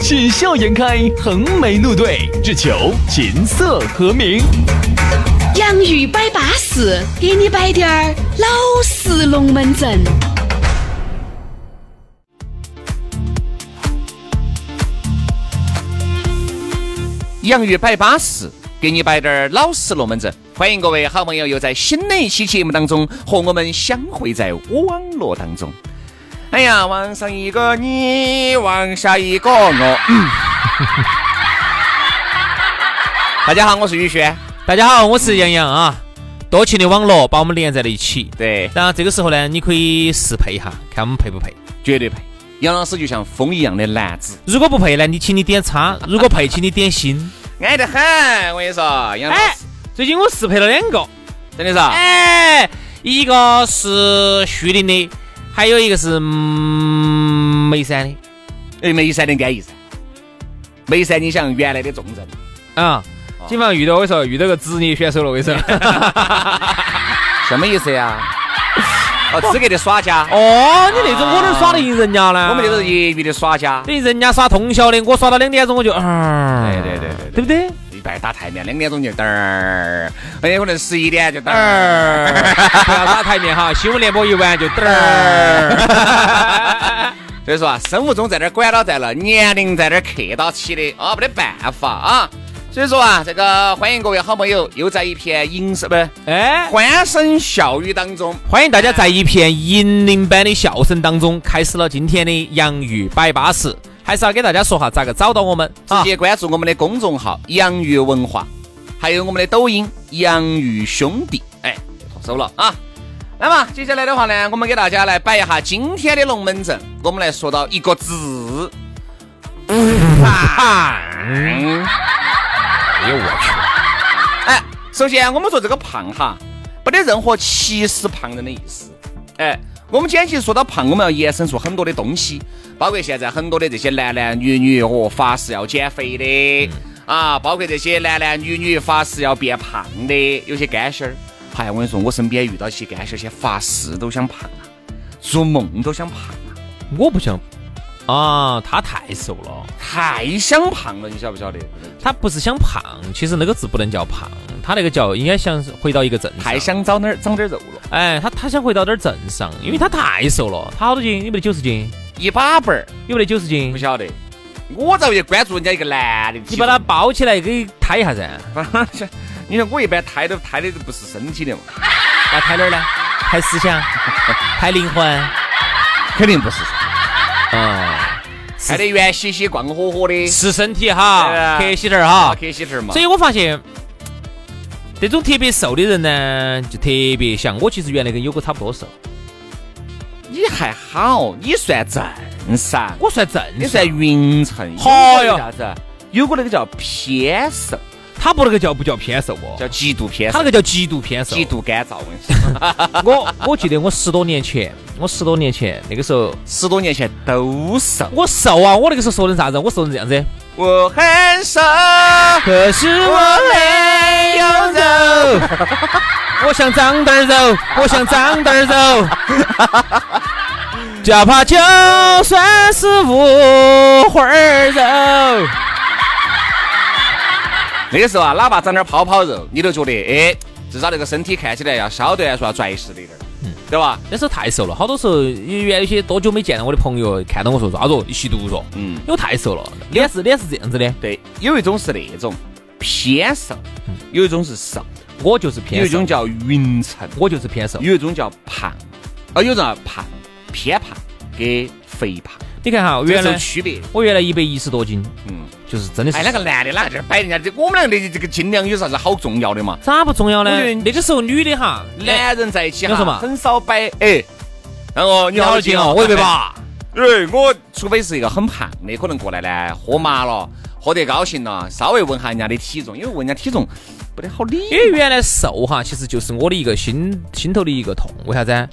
喜笑颜开，横眉怒对，只求琴瑟和鸣。洋芋摆巴士，给你摆点儿老式龙门阵。洋芋摆巴适，给你摆点儿老实龙门阵。欢迎各位好朋友又在新的一期节目当中和我们相会在网络当中。哎呀，往上一个你，往下一个我。嗯、大家好，我是宇轩。大家好，我是杨洋啊。多情的网络把我们连在了一起，对，然后这个时候呢，你可以适配一下，看我们配不配。绝对配。杨老师就像风一样的男子，如果不配呢，你请你点叉；如果配，请你点心。矮得很。我跟你说，杨老师哎，最近我适配了两个，真的是啊，哎，一个是徐凌的，还有一个是嗯眉山的。哎，眉山的安逸噻。眉山，你想原来的重症，啊、经常遇到我跟你说，遇到个职业选手了，我 跟你说。什么意思 呀？哦，资格的耍家。哦，你那种我哪儿耍得赢人家呢？我们这都是业余的耍家，等于人家耍通宵的，我耍到两点钟我就啊。哎对对对对对对不对？一般打台面两点钟就嘚儿，哎，可能十一点就嘚儿。儿，不要耍台面哈，新闻联播一完就嘚儿。 所以说啊，生物钟在这儿管到在了，年龄在这儿刻到起的啊，没得办法啊。所以说啊，这个欢迎各位好朋友又在一片吟声不是 哎，欢声笑语当中，欢迎大家在一片银铃般的笑声当中，开始了今天的洋芋摆巴士。还是要给大家说哈，咋个找到我们直啊？接关注我们的公众号“洋芋文化”，还有我们的抖音“洋芋兄弟”，哎，脱手了啊！那么接下来的话呢，我们给大家来摆一下今天的龙门阵，我们来说到一个字，胖。嗯哎呦我去，哎，首先我们说这个胖哈，没得任何歧视胖人的意思。哎，我们今天其实说到胖，我们要延伸出很多的东西，包括现在很多的这些男男女女哦，发誓要减肥的、啊，包括这些男男女女发誓要变胖的，有些干心儿。哎呀，我跟你说，我身边遇到一些干心儿，些发誓都想胖啊，做梦都想胖啊，我不想啊，他太瘦了，太想胖了，你晓不晓得？他不是想胖，其实那个字不能叫胖，他那个叫应该想回到一个正太常。想长点儿长点儿肉了，哎，他他想回到点儿正上，因为他太瘦了，他好多斤？有没得九十斤？一把本儿有没得九十斤不？晓得。我咋也关注人家一个男的体你重？把它包起来给抬一下噻， 你看我一般胎都胎的都不是身体的嘛，那抬哪儿呢？抬思 想，抬灵魂，肯定不是，啊、胎的圆兮兮、光火火的，是身体哈，对啊客气点儿哈。客气点儿嘛所。以我发现，这种特别瘦的人呢，就特别像我。其实原来跟有哥差不多瘦，你还好，你算正常，我算正，你算匀称。好有哟个啥子？有个那个叫偏瘦，他不那个叫不叫偏瘦哦叫，极度偏他瘦那，个叫极度偏瘦。极度干燥。我跟你说， 我我记得我十多年前，我十多年前那个时候，十多年前都瘦，我瘦啊，我那个时候瘦成啥子？我瘦成这样子。我很瘦，可是我没有肉， 我想长点儿肉，我想长点儿肉，哪怕就算是五花肉。那个时候啊，哪怕长点泡泡肉，你都觉得哎，至少那个身体看起来要稍对来说要拽实的点儿，对吧？那时候太瘦了，好多时候原来有些多久没见到我的朋友，看到我说啥子哦，你吸毒嗦，嗯因为我太瘦了，脸是脸是这样子的，对，有一种是那种偏瘦，有一种是嗯瘦，我就是有偏一瘦种，叫匀称，我就是偏瘦。有一种叫胖，啊，有一种叫胖偏胖跟肥胖，你看哈，这个原是有来区别。我原来一百一十多斤，嗯，就是真的是哎，那个男的哪个在摆人家的？我们两个的这个斤两有啥子好重要的嘛？咋不重要呢我觉得？那个时候女的哈，哎男人在一起你说哈，嘛很少摆哎，然后你你好好紧紧哦，哦，我以为吧。哎，我除非是一个很胖的，可能过来呢喝麻了，活得高兴了，稍微问下人家的体重，因为问人家体重不得好理。因为原来瘦哈，其实就是我的一个心心头的一个痛。为啥子啊？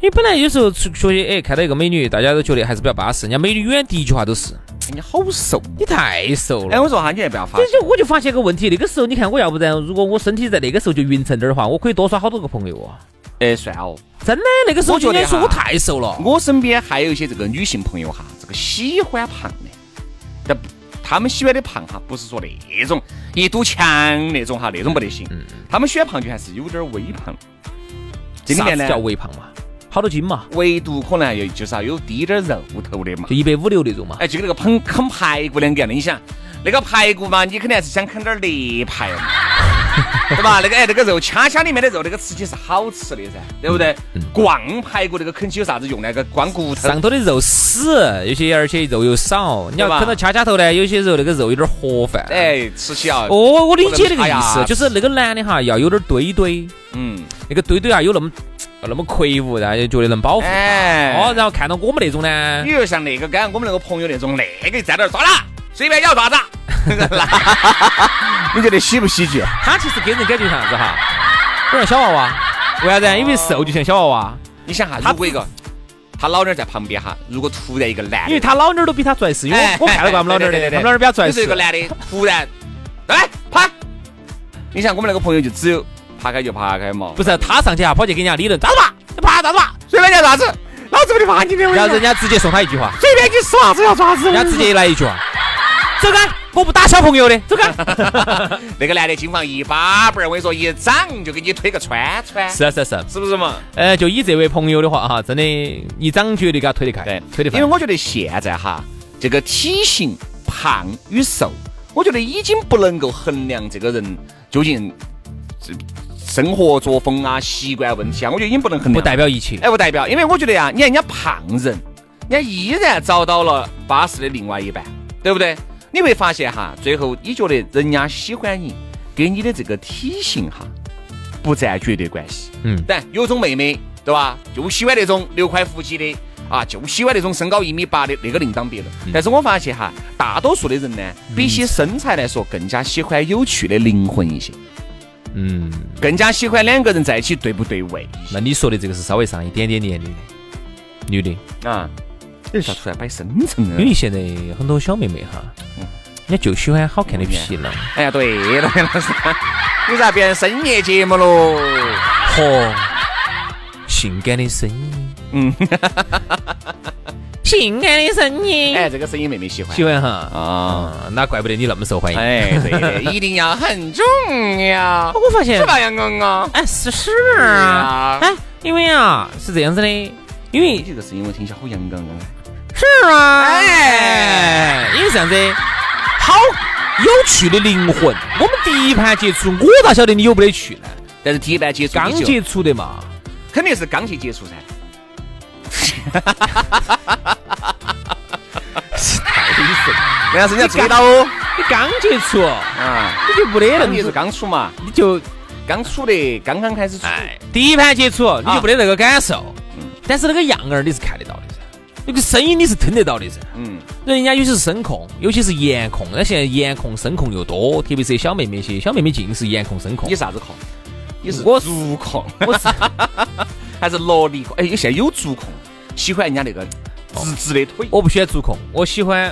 因为本来有时候出去哎，看到一个美女，大家都觉得还是比较巴适。人家美女永远第一句话都是人家好瘦。：“你太瘦了。哎，我说哈，你还不要发所以现，就我就发现个问题，那个时候你看我要不然，如果我身体在那个时候就匀称点儿的话，我可以多耍好多个朋友啊！哎，算了哦。真的，那个时候我觉就得应该说哈我太瘦了。我身边还有一些这个女性朋友哈，这个喜欢胖的，但不他们喜欢的胖哈，不是说那种一堵墙那种哈，那种不得行。嗯他们喜欢胖就还是有点儿微胖。这里面呢啥子，叫微胖嘛？好多斤嘛？唯独可能还有就是要啊有滴点儿肉头的嘛就。一百五六那种嘛？哎，就跟那个啃啃排骨两个样的，你想那个排骨嘛，你肯定还是想啃点儿肋排 嘛，对吧？那个哎，那个肉掐掐里面的肉，那个吃起是好吃的噻，对不对？嗯光排骨那个啃起有啥子用呢？那个光骨头。上头的肉死，有些而且肉又少，你要对吧啃到掐掐头呢，有些肉那个肉有点盒饭。，哎，吃起啊，哦，我理解那哎个意呀思，就是那个男的哈要有点堆堆，嗯，那个堆堆啊有那么那么魁梧，然后就觉得能保护他。哎哦，然后看到我们那种呢你，就像那个刚刚我们那个朋友那种，那个在那儿抓啦，随便咬 爪子，你觉得喜不喜剧？他其实给人感觉像啥子哈？有点小娃娃，为啥子啊？因为瘦就像小娃娃，你想哈，如果一个他老娘在旁边哈，如果突然一个男的，因为他老娘儿都比他拽实，因为哎我我看到过他们老娘儿对对的，对对他们老娘儿比他拽就是实一个。男的突然，来啪！你想我们那个朋友就只有爬开就爬开嘛，不是他上去啊，跑去跟人家理论，咋子吧？你怕咋子吧？随便叫啥子，老子不得怕你的，我跟你然讲后人家直接送他一句话，随便你说啥子要抓子，人家直接来一句话，走开，我不打小朋友的，走开。那个男的经常一巴巴儿，我跟你说一掌就给你推个穿穿，是啊是啊是啊， 是不是嘛？呃，就以这位朋友的话哈，真的，一掌绝对给他推得开，对，推得因翻为。我觉得现在哈，这个体型胖与瘦，我觉得已经不能够衡量这个人究竟这生活作风啊、习惯问题啊，我觉得已经不能衡不量。代表一切。哎，不代表，因为我觉得呀、你看人家胖人，人家依然找到了巴适的另外一半，对不对？你会发现哈，最后你觉得人家喜欢你，跟你的这个体型哈不占绝对关系。嗯但有种妹妹，对吧？就喜欢那种六块腹肌的。啊，就喜欢那种身高一米八的，那个另当别论。但是我发现哈，大多数的人呢，比起身材来说，更加喜欢有趣的灵魂一些，嗯，更加喜欢两个人在一起对不对味一些那你说的这个是稍微上一点点年龄的女的，啊。为啥突然摆深层啊因？为现在很多小妹妹哈，嗯人家就喜欢好看的皮囊。哎呀，对了，杨老师， 有啥别人深夜节目喽？嚯，性感的声音，嗯， 性感的声音，哎，这个声音妹妹喜欢喜欢哈啊。啊，那怪不得你那么受欢迎。哎，对的，一定要很重要， 我发现是吧，杨刚刚？哎，是是对啊，呀哎，因为啊是这样子的，因你为哎这个声音我听起来好阳刚刚。是啊，哎，因为这样子，好有趣的灵魂，我们第一盘接触，我咋晓得你有没得趣呢？但是第一盘接触，刚你就接触的嘛，肯定是刚去接触 噻。杨老师，你要注意到哦。你刚接触，啊，你就没得那肯定是么，刚出嘛，你就刚出的，刚刚开始出。哎，第一盘接触你就没得那个感受，但是那个样儿你是看得到的噻，那个声音你是听得到的噻。嗯，人家有些是声控，有些是颜控，那现在颜控、声控又多，特别是小妹妹些，小妹妹尽是颜控、声控你。啥子控？你是我是足控。我是 还是萝莉控？哎，现在有足控，喜欢人家那个直直的腿。我不喜欢足控，我喜欢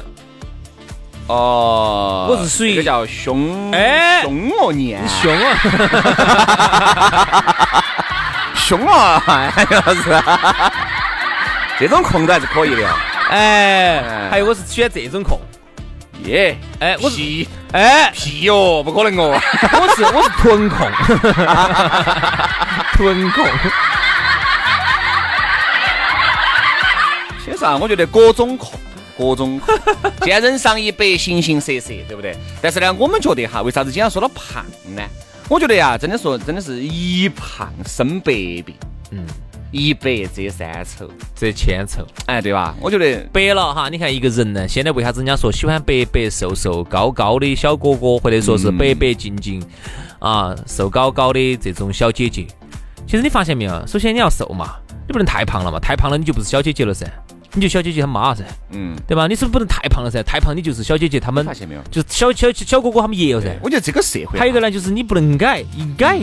哦我是属于这个叫胸，哎胸哦你啊，胸啊，胸哦，哎老师，这种控制还是可以的哦。 哎，还有我是喜欢这种控，耶，哎，我是屁哎，屁哦，不可能 哦。我是我是臀控，臀控，其实啊，我觉得各种控，各种 控，现在人上一百，形形色色，对不对？但是呢，我们觉得哈，为啥子经常说到胖呢？我觉得呀，真的说，真的是一胖生百病，嗯，一白遮三丑， 这千愁。哎，对吧？我觉得白了哈，你看一个人呢，现在为啥子人家说喜欢白白瘦瘦高高的小哥哥，或者说是白白净净啊瘦高高的这种小姐啊姐？其实你发现没有？首先你要瘦嘛，你不能太胖了嘛，太胖了你就不是小姐姐了噻。你就小姐姐他妈噻，嗯，对吧？你是不是不能太胖了噻？太胖你就是小姐姐他们发，现没有？就是小小小哥哥他们爷噻。我觉得这个社会啊，还有一个呢，就是你不能改，一改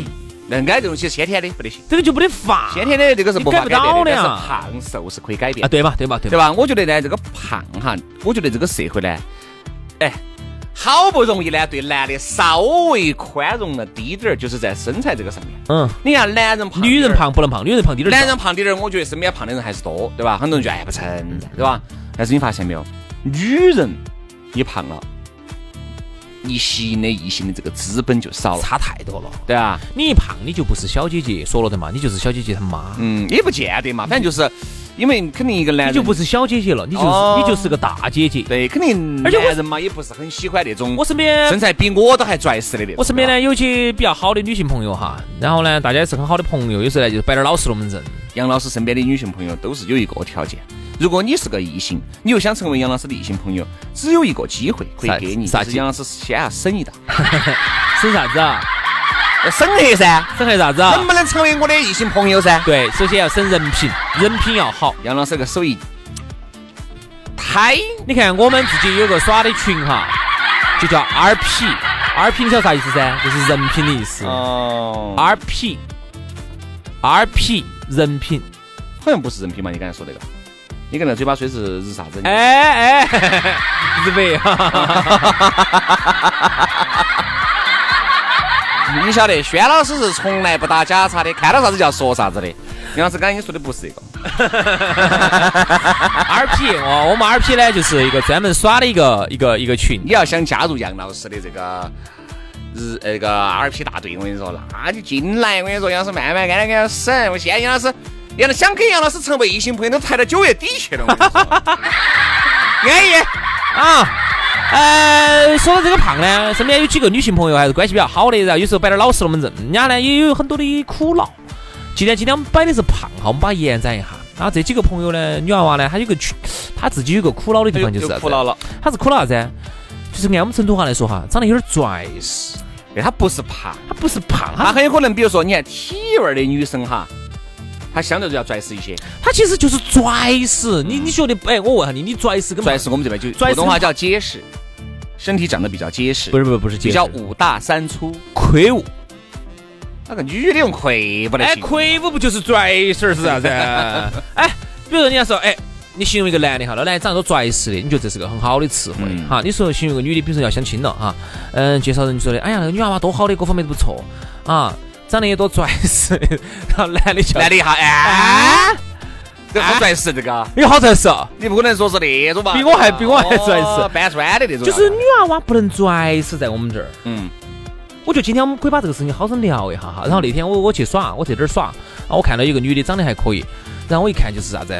能改这东西先天的不得行，这个就没得法。先天的这个是你无法改不改变到的，的但是呀胖瘦是可以改变啊，。对嘛，对嘛，对对嘛。吧？我觉得呢，这个胖哈，我觉得这个社会呢，哎，好不容易呢对男的稍微宽容了低点儿，就是在身材这个上面。嗯，你看男人胖，女人，胖不能胖，女人胖低点儿啊男人重胖低点儿，我觉得身边胖的人还是多，对吧？很多人就哎不成，对吧？但是你发现没有，女人你胖了，你吸引的异性的这个资本就少了，差太多了。对吧？你一胖，你就不是小姐姐，说了的嘛，你就是小姐姐她妈，嗯，也不见得嘛，反正就是因为肯定一个男你人就不是小姐姐了，你就是哦你就是个大姐姐。对，肯定而且我男人嘛也不是很喜欢那种我身边身材比我都还拽实的那种。我身边对吧，呢有些比较好的女性朋友哈，然后呢大家也是很好的朋友，有时候呢就是摆点老实龙门阵。杨老师身边的女性朋友都是有一个条件：如果你是个异性，你又想成为杨老师的异性朋友，只有一个机会可以给你，啥啥就是杨老师先要审一道，省啥子啊？要审核噻，省还啥子 啊能？不能成为我的异性朋友噻？对，首先要省人品，人品要好。杨老师这个手艺太你看我们自己有个耍的群哈，就叫 RP，RP 你晓得啥意思噻？就是人品的意思。哦， RP，RP 人品。好像不是人品嘛？你刚才说那个，你刚才嘴巴吹是是啥子？ 哎哎，日北啊哈，你晓得，轩老师是从来不打假叉的，看到啥子就要说啥子的。杨老师刚才你说的不是这个， ，RP 哦，我们 RP 呢就是一个专门耍的一个一个一个群。你要想加入杨老师的这个日那个 RP 大队，我跟你说，那就进来。我跟你说，杨老师慢慢安安给他审。我现在杨老师，杨老师想跟杨老师成为异性朋友，都抬到九月底去了。我跟你说， 哎安逸，啊，呃，说到这个胖呢，身边有几个女性朋友还是关系比较好的，然后有时候摆点老实龙门阵，人家呢也有很多的苦恼。既然今天我们摆的是胖哈，我们把它延展一下。然后这几个朋友呢，女娃娃呢，她有个群，她自己有个苦恼的地方就是啥子苦恼了。她是苦恼啥子啊？就是按我们成都话来说哈，长得有点拽实，对，哎他不是胖，她不是胖，他她很有可能，比如说，你看体味的女生哈，她相对就要拽实一些。她其实就是拽实。你你觉得？哎，我问下你，你拽实跟拽实我们这边就拽实普通话叫结实，身体长得比较结实，不是不是不是比较五大三粗。魁梧？那个女的用魁不得哎，行。魁梧不就是拽丝儿是啥子？哎，比如说人家说，哎，你形容一个男的哈，那男的长得都拽实的，你觉得这是个很好的词汇嗯哈？你说形容一个女的，比如说要相亲了哈，嗯，介绍人就说的，哎呀，那个女娃娃多好的，各方面都不错啊，长得也多拽实，然后男 的就男的一下，哎，这好拽实这个。有好拽实啊，你不可能说是那种吧？比我还比我还拽实哦搬砖的那种。就是女，娃娃不能拽实在我们这儿。嗯，我觉得今天我们可以把这个事情好生聊一下哈。然后那天我我去耍，我在这儿耍，啊，我看到一个女的长得还可以，然后我一看就是啥子，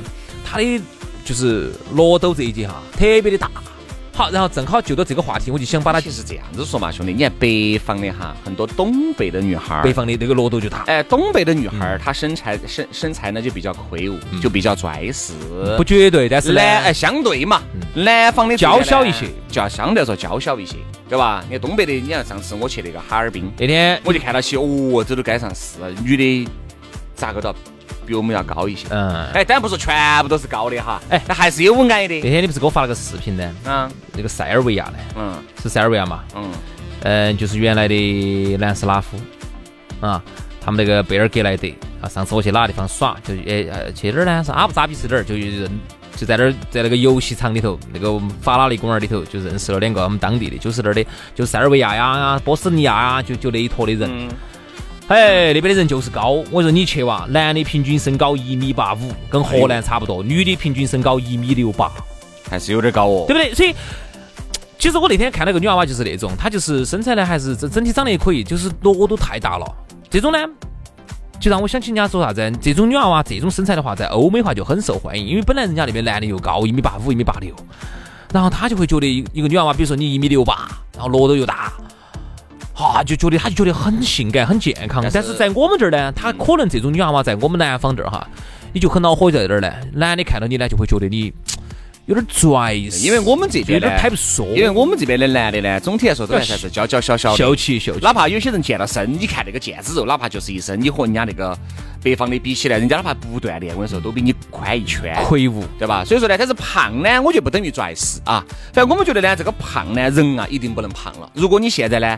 她的就是罗兜这一节哈，特别的大。好，然后正好就到这个话题，我就想把她其实这样子说嘛，兄弟，你看北方的哈，很多东北的女孩儿北，方的嗯那个罗兜就大，哎，东北的女孩儿，她身材身身材呢就比较魁梧，就比较拽实。嗯不绝对，但是呢，呃南哎哎，相对嘛，南方的这个娇呢小一些，就要相对来说娇小一些，对吧？你看东北的，你看上次我去那个哈尔滨，那天我就看到起，哦，走到街上是女的，咋个到比我们要高一些？嗯，哎，当然不是全部都是高的哈，哎哎，那还是有矮那的，天你不是给我发了个视频呢？啊，那个塞尔维亚呢，嗯是塞尔维亚嘛？嗯。嗯，就是原来的南斯拉夫啊，他们那个贝尔格莱德啊，上次我去哪个地方耍，就哎呃去哪儿呢？是阿布扎比是哪儿？就认就在那儿，在那个游戏场里头，那个法拉利公园里头，就认识了两个我们当地的，就是那儿的，就塞尔维亚呀、啊波斯尼亚呀，就就那一坨的人。嗯哎，那边的人就是高，我说你去哇，男的平均身高一米八五，跟河南差不多；女的平均身高一米六八。还是有点高哦。对不对？所以。其实我那天看到一个女娃娃，就是那种，她就是身材呢还是整整体长得也可以，就是萝都太大了。这种呢，就让我想起人家说啥子，这种女娃娃这种身材的话，在欧美话就很受欢迎，因为本来人家那边男的又高，一米八五、一米八六，然后她就会觉得一一个女娃娃，比如说你一米六八，然后萝都又大，哈、就觉得她就觉得很性感、很健康。但但是是在我们这儿呢，她可能这种女娃娃在我们南方这儿哈，你就很恼火在这儿呢，男的看到你呢就会觉得你有点拽死，因为我们这有边呢点拍不说，因为我们这边的男的呢，总体来说都还算是娇娇小小的，气秀气。哦哪怕有些人健了身，你看那个腱子肉，哪怕就是一身，你和人家那个北方的比起来，人家哪怕不锻炼，我跟你说都比你宽一圈。魁梧。对吧？所以说呢，但是胖呢，我就不等于拽死啊。反正我们觉得呢，这个胖呢，人啊一定不能胖了。如果你现在呢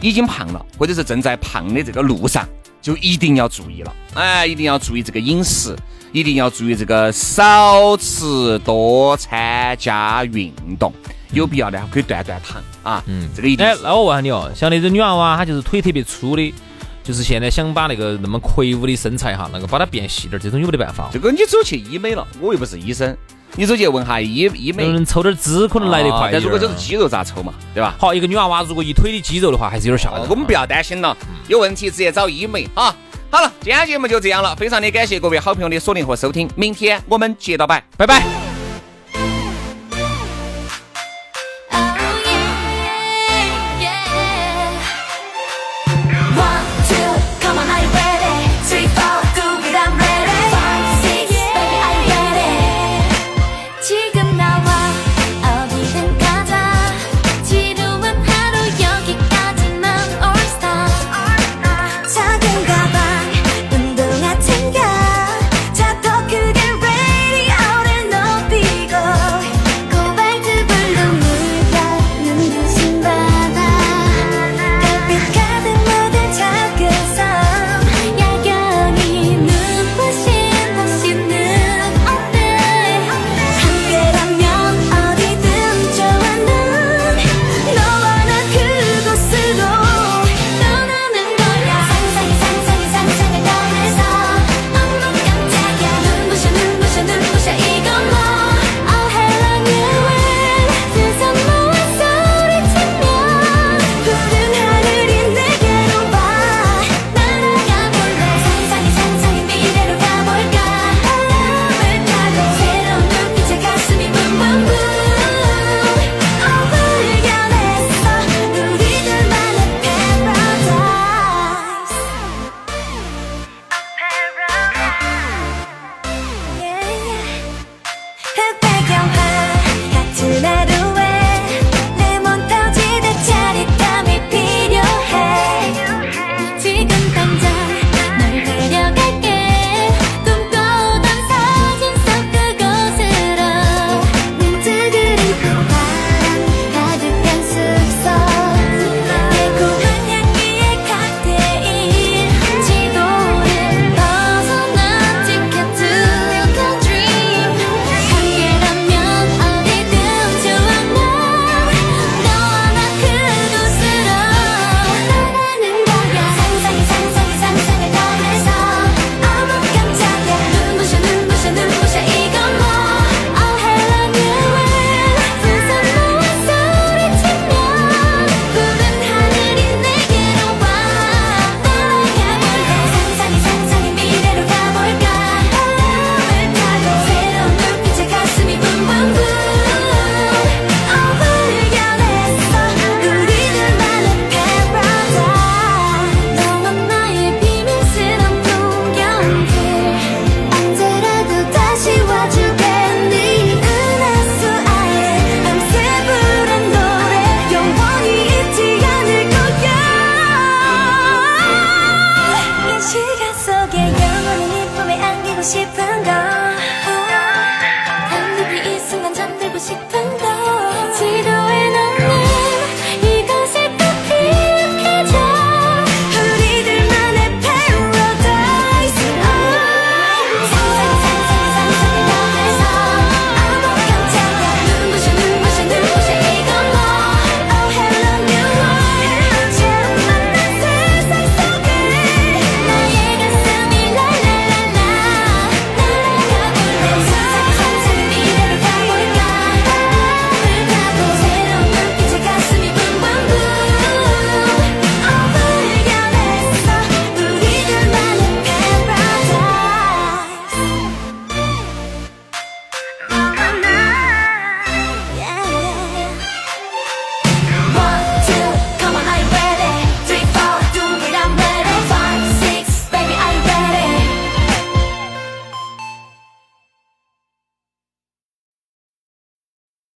已经胖了，或者是正在胖的这个路上，就一定要注意了，哎，一定要注意这个饮食，一定要注意这个少吃多参加运动。有必要呢，可以断断糖啊，嗯，这个一定哎，是。那我问下你哦，像那种女娃娃，她就是腿特别粗的，就是现在想把那个那么魁梧的身材哈，那个把它变细点儿，这种有没得办法哦？这个你只有去医美了，我又不是医生，你走去问下医医美，啊能抽点脂可能来得快一但点如儿。啊果这是肌肉咋抽嘛，对吧？好，一个女娃娃如果一腿的肌肉的话，还是有点吓哦人。我们不要担心了，有问题直接找医美啊。好了，今天节目就这样了，非常的感谢各位好朋友的锁定和收听，明天我们接着摆，拜拜。